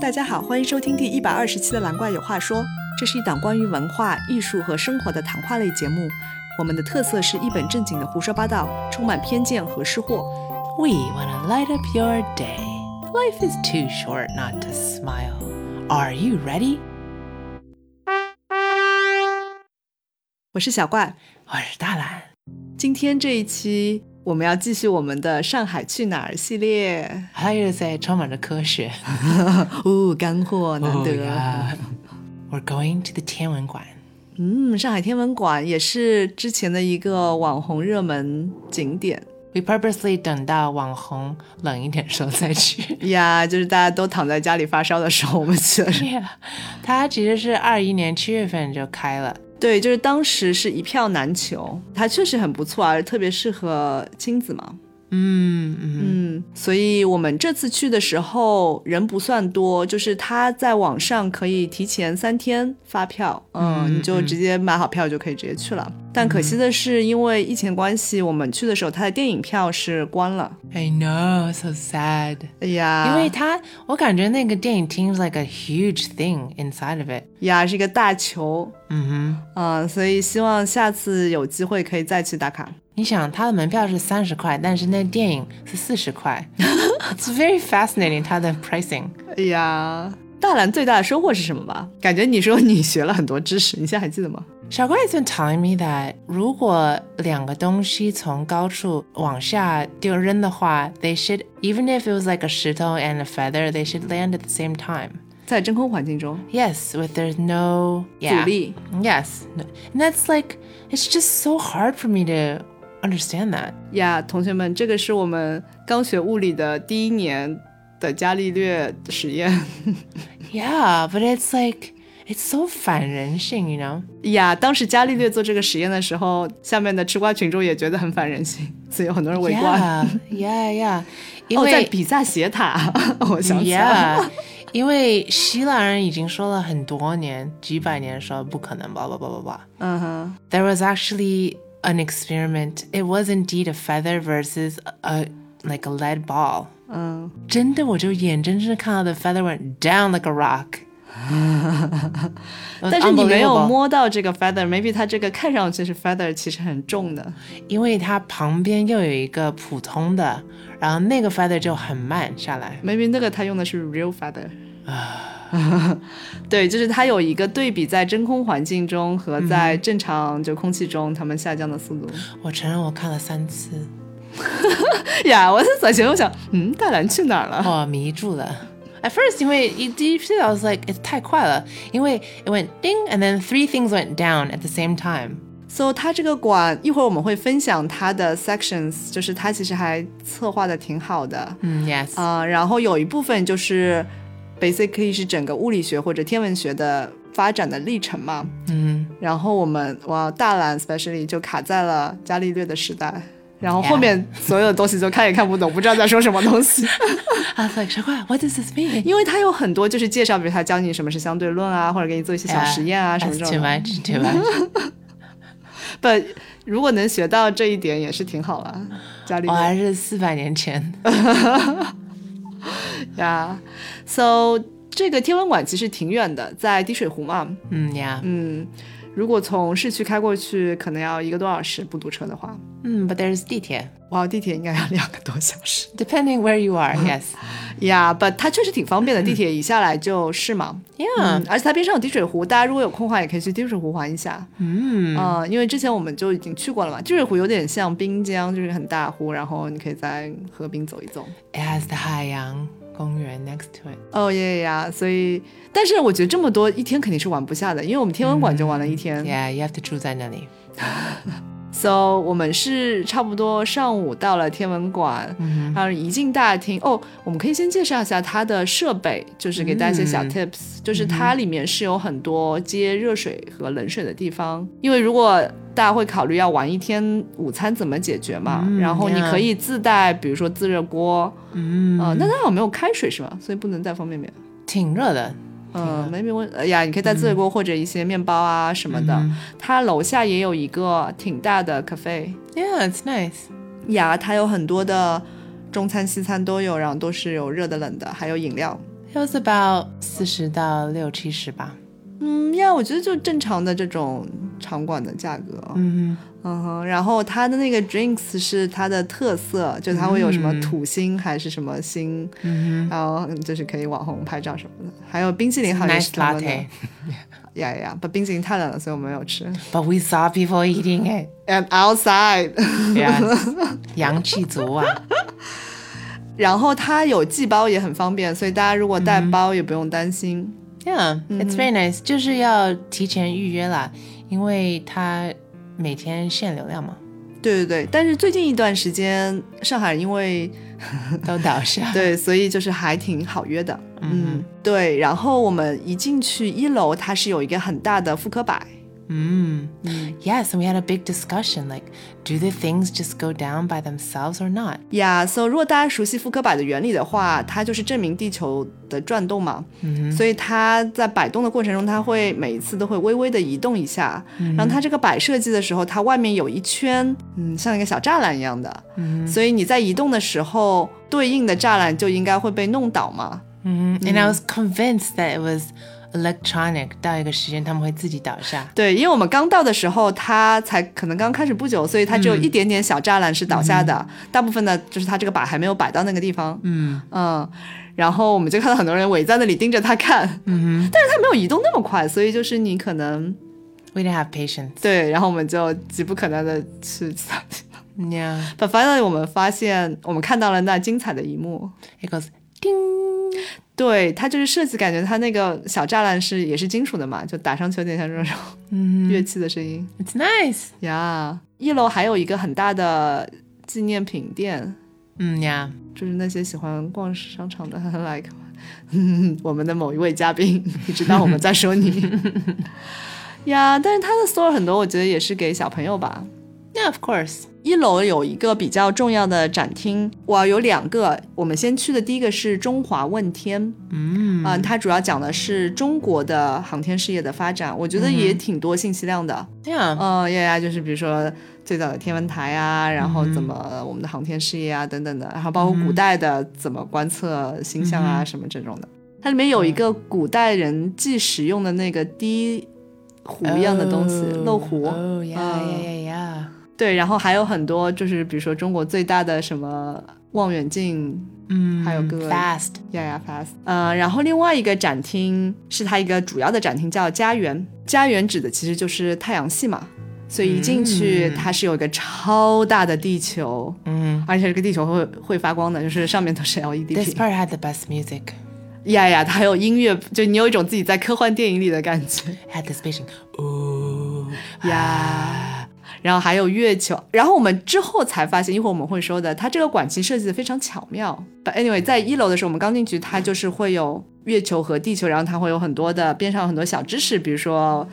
大家好，欢迎收听第一百二十期的《蓝怪有话说》，这是一档关于文化艺术和生活的谈话类节目。我们的特色是一本正经的胡说八道，充满偏见和失货。 We want to light up your day. Life is too short not to smile. Are you ready? 我是小怪，我是大懒。今天这一期我们要继续我们的《上海去哪儿》系 列，它又在充满着科学。哦，干货难 Oh, 得。 yeah. We're going to the 天文馆。嗯，上海天文馆也是之前的一个网红热门景点 We purposely 等到网红冷一点时候再去。 呀就是大家都躺在家里发烧的时候，我们去了。 yeah, 它其实是二一年七月份就开了。对，就是当时是一票难求，它确实很不错啊，特别适合亲子嘛。嗯嗯，嗯，所以我们这次去的时候人不算多，就是它在网上可以提前三天发票，嗯，嗯你就直接买好票就可以直接去了。但可惜的是，因为疫情关系，我们去的时候它的电影票是关了。 I know, so sad. 哎呀，因为它，我感觉那个电影 seems like a huge thing inside of it。呀是一个大球，嗯哼。嗯，所以希望下次有机会可以再去打卡。你想，它的门票是三十块，但是那电影是四十 块。It's very fascinating，它的 pricing。 哎呀，大兰最大的收获是什么吧？感觉你说你学了很多知识，你现在还记得吗？小怪 has been telling me that 如果两个东西从高处往下丢扔的话，they should even if it was like a 石头 and a feather，they should land at the same time。在真空环境中， Yes, with there's no yeah. 阻力 Yes, no- and that's like it's just so hard for me to understand that. 呀，同学们，这个是我们刚学物理的第一年的伽利略实验 Yeah, but it's like it's so 反人性，you know. 呀。当时伽利略做这个实验的时候，下面的吃瓜群众也觉得很反人性， 所以有很多人围观。 Yeah, yeah, yeah. 因 Oh 哦，在为、比萨斜塔， 我想起来了。 yeah，因为希腊人已经说了很多年，几百年说不可能，吧吧吧吧吧。嗯哼， There was actually an experiment. It was indeed a feather versus a like a lead ball. 嗯。真的，我就眼睁睁地看到 the feather went down like a rock. 但是你没有 Unbelievable. 摸到这个 feather，maybe 它这个看上去是 feather，其实很重的。因为它旁边又有一个普通的，然后那个 feather 就很慢下来。 maybe 那个它用的是 real feather。对，就是它有一个对比，在真空环境中和在正常就空气中，它们下降的速 度。我承认我看了三次，呀，我在前我想，嗯，大蓝去哪儿了？我迷住了。At first, 因为 it deep shit, I was like, it's 太快了，因为 it went ding and then three things went down at the same time. so 它这个馆一会儿我们会分享它的 sections，就是它其实还策划的挺好的。嗯，yes，Hmm, 啊、然后有一部分就是 basically 是整个物理学或者天文学的发展的历程嘛。嗯，然后我们哇，大蓝 specially 就卡在了伽利略的时代，然后后面所有的东西就看也看不懂，不知道在说什么东西， I was like，傻瓜，what does this mean？因为它有很多就是介绍，比如他教你什么是相对论啊，或者给你做一些小实验啊 Yeah, 什么哎 that's 这 Too 种。 much, too much. 不，如果能学到这一点也是挺好了，伽利我略还是四百年前。呀。So 这个天文馆其实挺远的，在滴水湖嘛，嗯呀，嗯，如果从市区开过去，可能要一个多小时，不堵车的话，嗯，but Hmm, there's 地铁哇，地铁应该要两个多小时。 ，depending where you are. Yes. 呀、不，它确实挺方便的，地铁一下来就是嘛。 Yeah. 嗯，而且它边上有滴水湖，大家如果有空的话，也可以去滴水湖玩一下。嗯，嗯，因为之前我们就已经去过了嘛，滴水湖有点像滨江，就是很大湖，然后你可以在河滨走一走。 it has the 海洋公园 next to it. 哦耶呀，所以，但是我觉得这么多一天肯定是玩不下的，因为我们天文馆就玩了一天。嗯 Yeah, you have to 住在那里。 So 我们是差不多上午到了天文馆，然后一进大厅哦，我们可以先介绍一下它的设备，就是给大家一些小 tips，、就是它里面是有很多接热水和冷水的地方，因为如果大家会考虑要玩一天午餐怎么解决嘛，嗯然后你呀可以自带，比如说自热锅，嗯，呃，那它好像没有开水是吧？所以不能带方便面。挺热的。嗯，没没问，哎呀，你可以带自热锅或者一些面包啊什么的。它楼下也有一个挺大的 cafe， Yeah, it's nice. 呀，它有很多的中餐、西餐都有，然后都是有热的、冷的，还有饮料。 It was about 四十到六七十吧。嗯呀，我觉得就正常的这种场馆的价格，嗯嗯哼，然后它的那个 drinks 是它的特色，就它会有什么土星还是什么星，嗯然后就是可以网红拍照什么的，还有冰淇淋好像，nice 是他们的， latte。呀呀呀，把冰淇淋太冷了，所以我没有吃。 But we saw people eating it. And outside， Yes，洋气族啊。然后它有寄包也很方便，所以大家如果嗯带包也不用担心。 Yeah, it's very nice，、就是要提前预约啦，因为它每天限流量 嘛，对对对，但是最近一段时间上海因 为都倒下。对，所以就是还挺好约的。嗯嗯，对。然后我们一进去一楼，它是有一个很大的复刻摆。嗯 Mm. Yes, and we had a big discussion like, do the things just go down by themselves or not? 呀、s o 如果大家熟悉复刻摆的原理的话，它就是证明地球的转动嘛。嗯所以它在摆动的过程中，它会每一次都会微微的移动一下。嗯然后它这个摆设计的时候，它外面有一圈，嗯，像一个小栅栏一样的。嗯所以你在移动的时候，对应的栅栏就应该会被弄倒嘛。嗯、And Mm-hmm. I was convinced that it was electronic. 到一个时间他们会自己倒下。对，因为我们刚到的时候，它才可能刚开始不久，所以它只有嗯一点点小栅栏是倒下的，大部分的就是它这个摆还没有摆到那个地方。嗯嗯，然后我们就看到很多人围在那里盯着它看，嗯但是它没有移动那么快，所以就是你可能哼，We didn't have patience. 对，然后我们就急不可耐的去其他地方。 Yeah, But finally，我们发现我们看到了那精彩的一幕。 it goes ding. 对，它就是设计，感觉它那个小栅栏是也是金属的嘛，就打上去有点像这种嗯、乐器的声音。mm, It's nice. 呀一楼还有一个很大的纪念品店，嗯呀，就是那些喜欢逛商场的，like 嗯 我们的某一位嘉宾，你知道我们在说你。 呀但是它的 store 很多，我觉得也是给小朋友吧。 yeah, of course. 一楼有一个比较重要的展厅，哇，有两个。我们先去的第一个是中华问天，嗯嗯、它主要讲的是中国的航天事业的发展，我觉得也挺多信息量的。 ，Yeah. 嗯，呀呀，就是比如说最早的天文台啊，然后嗯怎么我们的航天事业啊等等的，然后包括古代的怎么观测星象啊、嗯什么这种的。它里面有一个古代人祭使用的那个滴壶一样的东西，漏壶。哦呀呀嗯呀呀！对，然后还有很多就是比如说中国最大的什么望远镜嗯，还有各个 fast，呀呀 fast，呃，然后另外一个展厅是它一个主要的展厅叫家园，家园指的其实就是太阳系嘛，所以一进去、它是有一个超大的地球，嗯而且这个地球会会发光的，就是上面都是 LED ，This 屏， part had the best music. 呀呀，它还有音乐，就你有一种自己在科幻电影里的感觉 Had the spacing. Ooh. 呀。然后还有月球，然后我们之后才发现，一会儿我们会说的，它这个馆其实设计的非常巧妙。But anyway，在一楼的时候，我们刚进去，它就是会有月球和地球，然后它会有很多的边上有很多小知识，比如说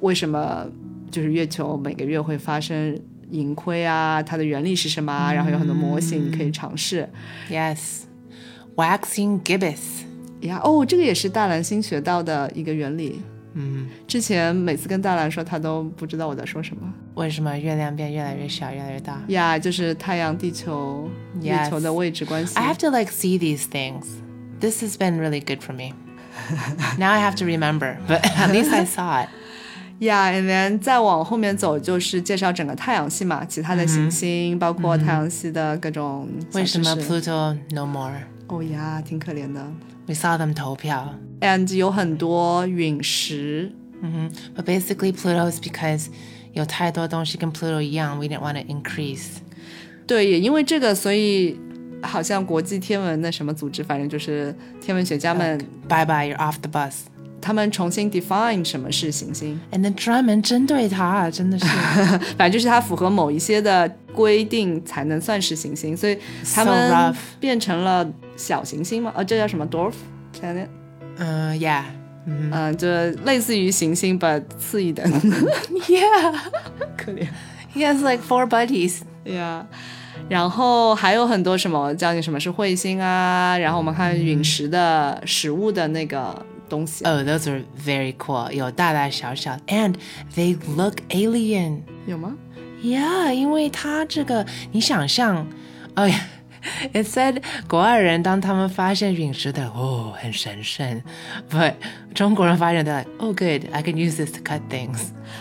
为什么就是月球每个月会发生盈亏啊，它的原理是什么啊，然后有很多模型你可以尝试。 Yes. Waxing gibbous. 呀，哦，这个也是大蓝新学到的一个原理。嗯，之前每次跟大蓝说，他都不知道我在说什么。为什么月亮变越来越小，越来越大呀就是太阳、地球、月 Yes 哎球的位置关系。 ？I have to like see these things. This has been really good for me. Now I have to remember, but at least I saw it. Yeah，and then 再往后面走就是介绍整个太阳系嘛，其他的嗯行星，包括太阳系的各种小为什么知识 Pluto no more? 哦呀，挺可怜的。 We saw them 投票。 And 有很多陨石。嗯哼，But basically Pluto is because 有太多东西跟 Pluto 一样，we didn't want to increase。对，也因为这个，所以好像国际天文的什么组织，反正就是天文学家们， Bye bye, you're off the bus。他们重新 define 什么是行星， And then 专门针对他，真 的是反正就是它符合某一些的规定才能算是行星，所以 so 他们 rough。变成了小行星嘛，呃，这叫什么 dwarf planet？嗯，yeah，嗯嗯，就类似于行星吧，次一等。 ，yeah。 可怜 He has like four buddies。呀。然后还有很多什么教你什么是彗星啊，然后我们嗯看陨石的食物的那个东西， Oh, those are very cool. 有大大小小，and they look alien. 有吗？ Yeah，因为它这个，你想象，哎呀， It said 国外人当他们发现陨石的哦很神圣，but 中国人发现的 like oh good I can use this to cut things。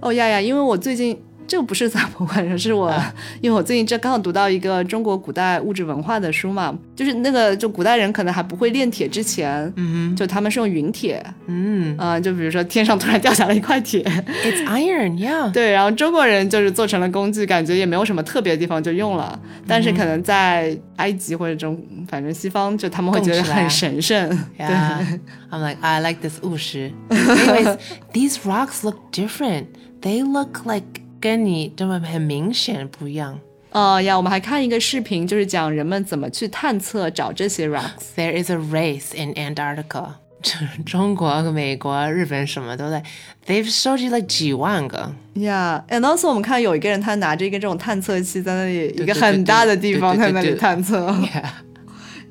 哦呀呀，因为我最近这个不是在博物馆上，是我、啊因为我最近这刚好读到一个中国古代物质文化的书嘛，就是那个就古代人可能还不会炼铁之前，嗯，就他们是用云铁，嗯啊、就比如说天上突然掉下了一块铁， ，It's iron yeah。对，然后中国人就是做成了工具，感觉也没有什么特别的地方就用了，嗯但是可能在埃及或者中，反正西方就他们会觉得供起来很神圣， Yeah. I'm like, I like this 五十. Anyways, these rocks look different. They look like 跟你这么很明显不一样.呃呀，我们还看一个视频，就是讲人们怎么去探测找这些 rocks。 There is a race in Antarctica. 中国、美国、日本什么都在，they've showed you like 几万个。呀、yeah,，and also 我们看有一个人他拿着一个这种探测器在那里一对个对很对大的对地对方对在对那里对探测。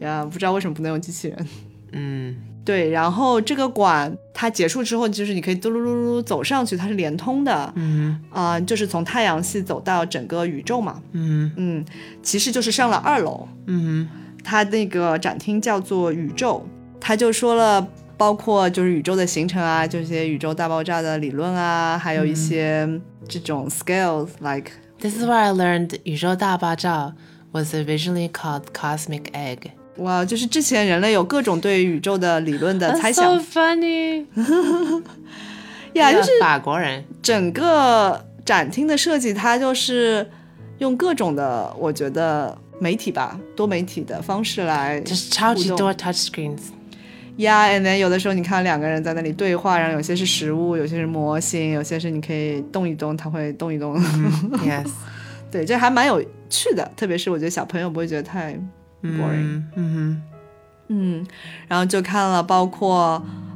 Yeah. 呀，不知道为什么不能用机器人。嗯，对，然后这个馆它结束之后，就是你可以嘟噜噜噜噜走上去，它是连通的。嗯啊、就是从太阳系走到整个宇宙嘛。嗯嗯，其实就是上了二楼，嗯它那个展厅叫做宇宙，他就说了。包括就是宇宙的形成啊，这些宇宙大爆炸的理论啊，还嗯有一些这种 scales，like This is where I learned 宇宙大爆炸 was originally called cosmic egg. 哇，就是之前人类有各种对宇宙的理论的猜 That's 想呃 so funny. 呀就是法国人。整个展厅的设计，它就是用各种的，我觉得媒体吧，多媒体的方式来就是超级互动多 touch screens。 呀。And then 有的时候你看两个人在那里对话，然后有些是实物，有些是模型，有些是你可以动一动，它会动一动。嗯 Yes， 对，这还蛮有趣的，特别是我觉得小朋友不会觉得太 boring。嗯嗯嗯，然后就看了，包括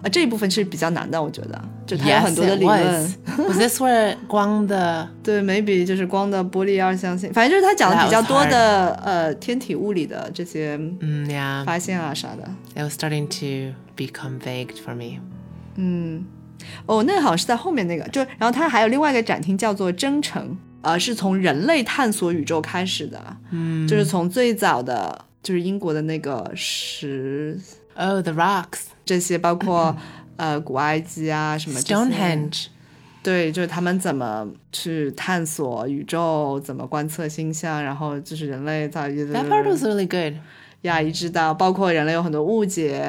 啊这一部分是比较难的，我觉得，就哼它有很多的理论。 Yes, it was. was this where 光的对，maybe 就是光的玻璃二象性，反正就是他讲的比较多的呃天体物理的这些嗯呀发现啊啥的。mm, ，it was starting to become vague for me。哦，那个好像是在后面那个，就然后它还有另外一个展厅叫做征程，呃，是从人类探索宇宙开始的，嗯，就是从最早的就是英国的那个石 Oh, the rocks, 这些，包括呃古埃及啊什么这些 Stonehenge. 对，就是他们怎么去探索宇宙，怎么观测星象，然后就是人类在 That part was really good. 呀，一知道，包括人类有很多误解，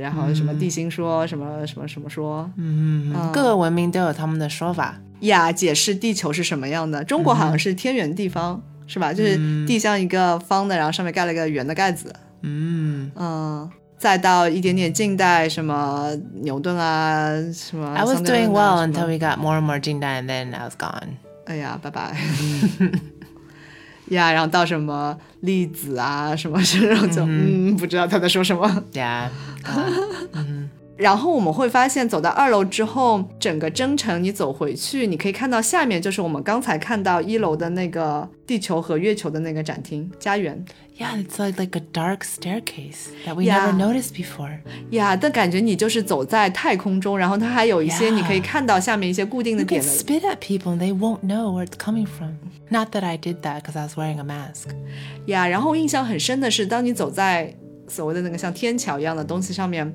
然后什么地心说，什么什么什么说，嗯，各个文明都有他们的说法。呀，解释地球是什么样的。中国嗯好像是天圆地方，是吧？就是地像一个方的，然后上面盖了一个圆的盖子，嗯嗯。再到一点点近代，什么牛顿啊，什么，I was 相对 doing 论啊 well 什么 until we got more and more 近代，and then I was gone. 哎呀，拜拜。嗯 呀，然后到什么粒子啊，什么 这种就嗯，不知道他在说什么。 Yeah. 然后我们会发现，走到二楼之后，整个征程你走回去，你可以看到下面就是我们刚才看到一楼的那个地球和月球的那个展厅家园 Yeah, it's like like a dark staircase that we Yeah. never noticed before. 呀，但感觉你就是走在太空中，然后它还有一些 Yeah. 你可以看到下面一些固定的 You 点 can 的 spit at people and they won't know where it's coming from. Not that I did that because I was wearing a mask. 呀。然后印象很深的是，当你走在所谓的那个像天桥一样的东西上面，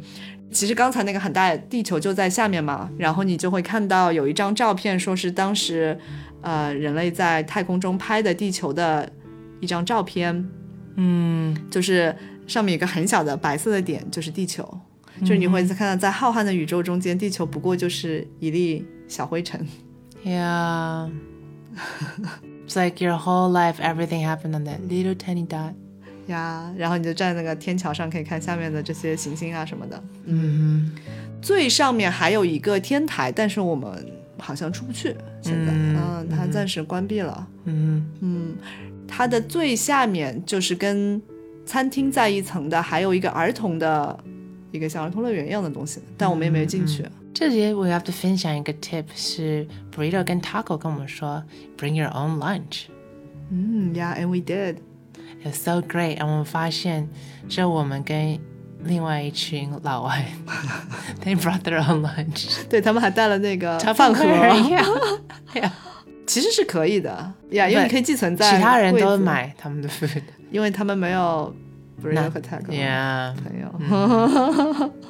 其实刚才那个很大的地球就在下面嘛，然后你就会看到有一张照片，说是当时，呃，人类在太空中拍的地球的一张照片，嗯，就是上面有一个很小的白色的点，就是地球，就是你会看到在浩瀚的宇宙中间，地球不过就是一粒小灰尘。 Yeah. it's like your whole life, everything happened on that little tiny dot. 呀，然后你就站在那个天桥上，可以看下面的这些行星啊什么的。嗯，Mm-hmm. 最上面还有一个天台，但是我们好像出不去，现在，嗯，它暂时关闭了。嗯，嗯，它的最下面就是跟餐厅在一层的，还有一个儿童的一个像儿童乐园一样的东西，但我们也没有进去。这里 we have to finish on a tip 是 burrito 跟 taco 跟我们说 bring your own lunch. 嗯呀、a n d we did。 It was so great. And 我们发现，这我们跟另外一群老外 ，they brought their own lunch. 对他们还带了那个 Tupperware，饭盒， yeah. 其实是可以的呀因为对你可以寄存在其他人柜都子，买他们的 food。因为他们没有 b r i o 和 Taco Yeah. 朋友。嗯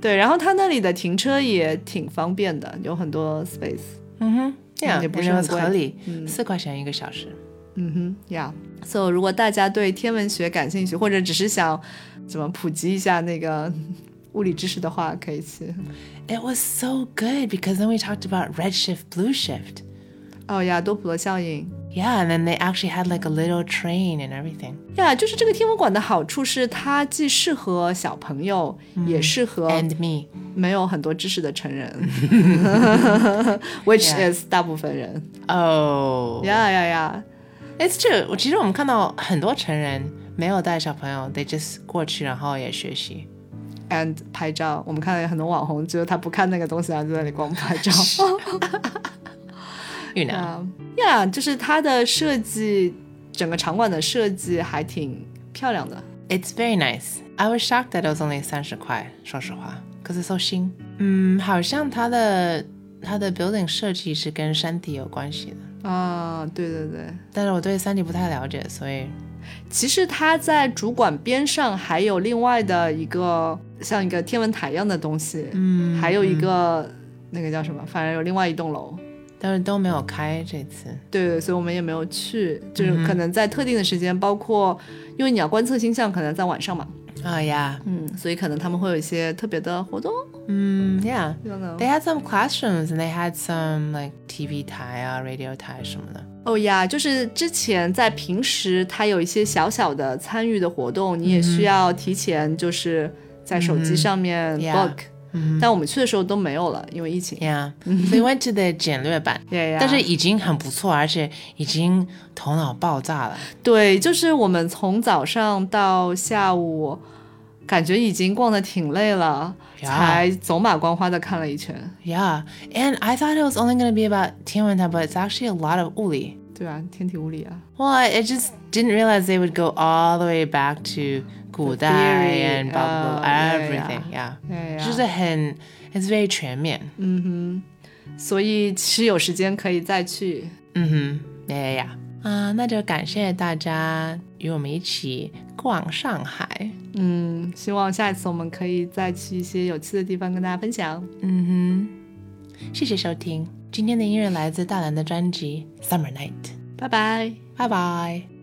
对，然后他那里的停车也挺方便的，有很多 space。嗯哼，Yeah，也不然是后很贵合理，嗯四块钱一个小时。嗯哼呀，So 如果大家对天文学感兴趣，或者只是想怎么普及一下那个物理知识的话，可以去。 It was so good because then we talked about red shift, blue shift. 哦呀，多普勒效应 Yeah, and then they actually had like a little train and everything. 呀就是这个天文馆的好处是，它既适合小朋友，也适合嗯 And me. 没有很多知识的成人 ，which Yeah. is 大部分人。 Oh. 呀呀呀！ It's true. 我其实我们看到很多成人没有带小朋友，they just 过去然后也学习。 and 拍照。我们看到有很多网红，就是他不看那个东西，然后就在那里光拍照。 You know，、 啊呀，就是它的设计，整个场馆的设计还挺漂亮的。 it's very nice. I was shocked that it was only 三十块，说实话，可是 so Mm, 新。嗯，好像它的它的 building 设计是跟山体有关系的，啊，对对对，但是我对山体不太了解，所以其实它在主管边上还有另外的一个像一个天文台一样的东西，嗯，还有一个那个叫什么，反正有另外一栋楼。但是都没有开这次。对，所以我们也没有去，就是嗯可能在特定的时间，包括因为你要观测星象，可能在晚上嘛， Oh yeah，嗯，所以可能他们会有一些特别的活动。Um, 哎嗯，yeah。Mm, I don't know They had some classrooms and they had some like TV 台啊、radio 台什么的。 哦呀，就是之前在平时，它有一些小小的参与的活动，你也嗯需要提前就是在手机上面 Yeah book，、嗯但我们去的时候都没有了，因为疫情。 Yeah，so we went to the 简略版， Yeah, yeah 但是已经很不错，而且已经头脑爆炸 了。对，就是我们从早上到下午，感觉已经逛得挺累了 Yeah 才走马观花的看了一圈。 Yeah, and I thought it was only going to be about 天文台 but it's actually a lot of 物理。对啊，天体物理啊， Well, I just didn't realize they would go all the way back to 古代 theory, and blah uh, blah blah yeah, everything. Yeah，哎呀就，是很 it's very 全面。嗯所以其实有时间可以再去。嗯哼，Yeah yeah, yeah。啊、那就感谢大家与我们一起逛上海。嗯，希望下一次我们可以再去一些有趣的地方跟大家分享。嗯哼，谢谢收听，今天的音乐来自大蓝的专辑《Summer Night》，拜拜。拜拜。